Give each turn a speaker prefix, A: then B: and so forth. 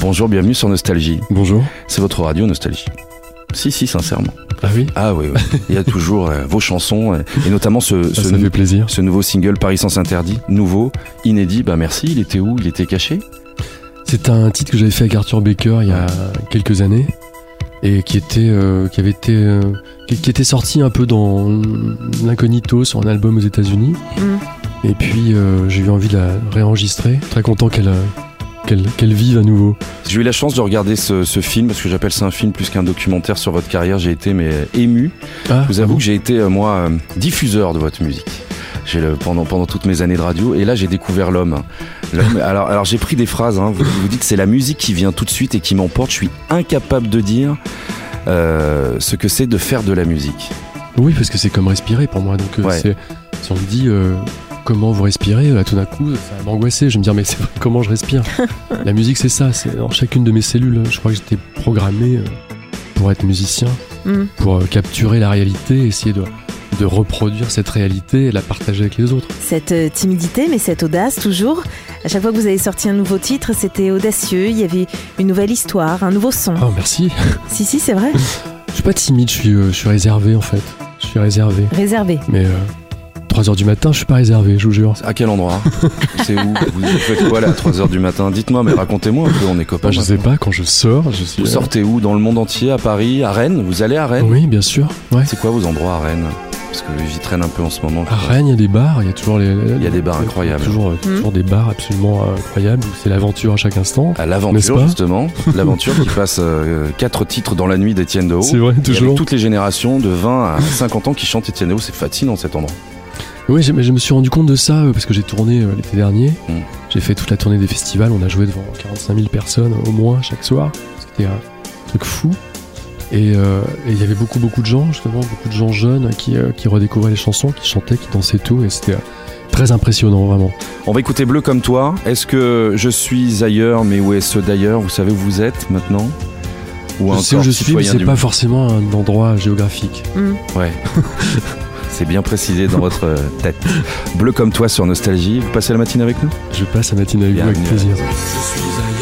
A: Bonjour, bienvenue sur Nostalgie.
B: Bonjour.
A: C'est votre radio Nostalgie. Si, si, sincèrement.
B: Ah oui
A: Ah oui, oui. il y a toujours euh, vos chansons euh, et notamment ce, ce
B: Ça, ça
A: nou-
B: fait plaisir.
A: ce nouveau single Paris Sens Interdit, nouveau, inédit. Bah merci, il était où Il était caché
B: C'est un titre que j'avais fait avec Arthur Baker il y a quelques années et qui était euh, qui avait été euh, qui, qui était sorti un peu dans l'incognito sur un album aux États-Unis. Et puis euh, j'ai eu envie de la réenregistrer. Très content qu'elle euh, qu'elle qu'elle vive à nouveau.
A: J'ai eu la chance de regarder ce, ce film parce que j'appelle ça un film plus qu'un documentaire sur votre carrière. J'ai été mais euh, ému.
B: Ah,
A: Je vous avoue que j'ai été euh, moi euh, diffuseur de votre musique. J'ai le, pendant pendant toutes mes années de radio et là j'ai découvert l'homme. L'homme- alors alors j'ai pris des phrases. hein. vous, vous dites c'est la musique qui vient tout de suite et qui m'emporte. Je suis incapable de dire euh, ce que c'est de faire de la musique.
B: Oui, parce que c'est comme respirer pour moi. Donc, euh,
A: Ouais.
B: c'est- si on me dit euh, comment vous respirez, là tout d'un coup, ça va m'angoisser. Je vais me dire, mais c'est vrai, comment je respire La musique, c'est ça. C'est dans chacune de mes cellules. hein. Je crois que j'étais programmé euh, pour être musicien,
C: Mm.
B: pour euh, capturer la réalité, essayer de, de reproduire cette réalité et la partager avec les autres.
C: Cette euh, timidité, mais cette audace toujours. À chaque fois que vous avez sorti un nouveau titre, c'était audacieux. Il y avait une nouvelle histoire, un nouveau son.
B: Ah, merci.
C: Si, si, c'est vrai.
B: Je suis pas timide, je suis, euh, je suis réservé en fait. Je suis réservé.
C: Réservé.
B: Mais 3h du matin, je suis pas réservé, je vous jure.
A: À quel endroit C'est où Vous faites quoi là à 3h du matin Dites-moi, mais racontez-moi un peu, on est copains.
B: Enfin, Ah, je sais pas, quand je sors, je suis.
A: bah,
B: euh,
A: Vous sortez où Dans le monde entier À Paris À Rennes Vous allez à Rennes
B: Oui, bien sûr. Ouais.
A: C'est quoi vos endroits à Rennes Parce que j'y traîne un peu en ce moment. je
B: À
A: crois.
B: Rennes, il y a des bars, il y a toujours les.
A: Il y a des bars incroyables.
B: Toujours, euh, toujours des bars absolument incroyables. où C'est l'aventure à chaque instant.
A: À
B: N'est-ce
A: l'aventure,
B: pas
A: justement. L'aventure qui passe euh, quatre titres dans la nuit d'Étienne Dao.
B: C'est vrai,
A: Et avec
B: toujours.
A: toutes les générations de 20 à 50 ans qui chantent Étienne Dao, c'est fascinant cet endroit.
B: Oui, j'ai- mais je me suis rendu compte de ça euh, parce que j'ai tourné euh, l'été dernier.
A: Mm.
B: J'ai fait toute la tournée des festivals. On a joué devant 45 000 personnes au moins chaque soir. C'était un truc fou. Et euh, et il y avait beaucoup, beaucoup de gens, justement, beaucoup de gens jeunes qui, euh, qui redécouvraient les chansons, qui chantaient, qui dansaient tout. Et c'était euh, très impressionnant, vraiment.
A: On va écouter Bleu comme toi. Est-ce que je suis ailleurs, mais où est ce d'ailleurs Vous savez où vous êtes maintenant Ou
B: je sais où
A: encore
B: je suis, mais
A: citoyen
B: c'est
A: du
B: pas forcément un endroit géographique.
C: Hmm.
A: Ouais. C'est bien précisé dans votre euh, tête. Bleu comme toi sur Nostalgie. Vous passez la matinée avec nous
B: Je passe la matinée avec vous avec
A: Bienvenue à la
B: plaisir.
D: Je suis ailleurs,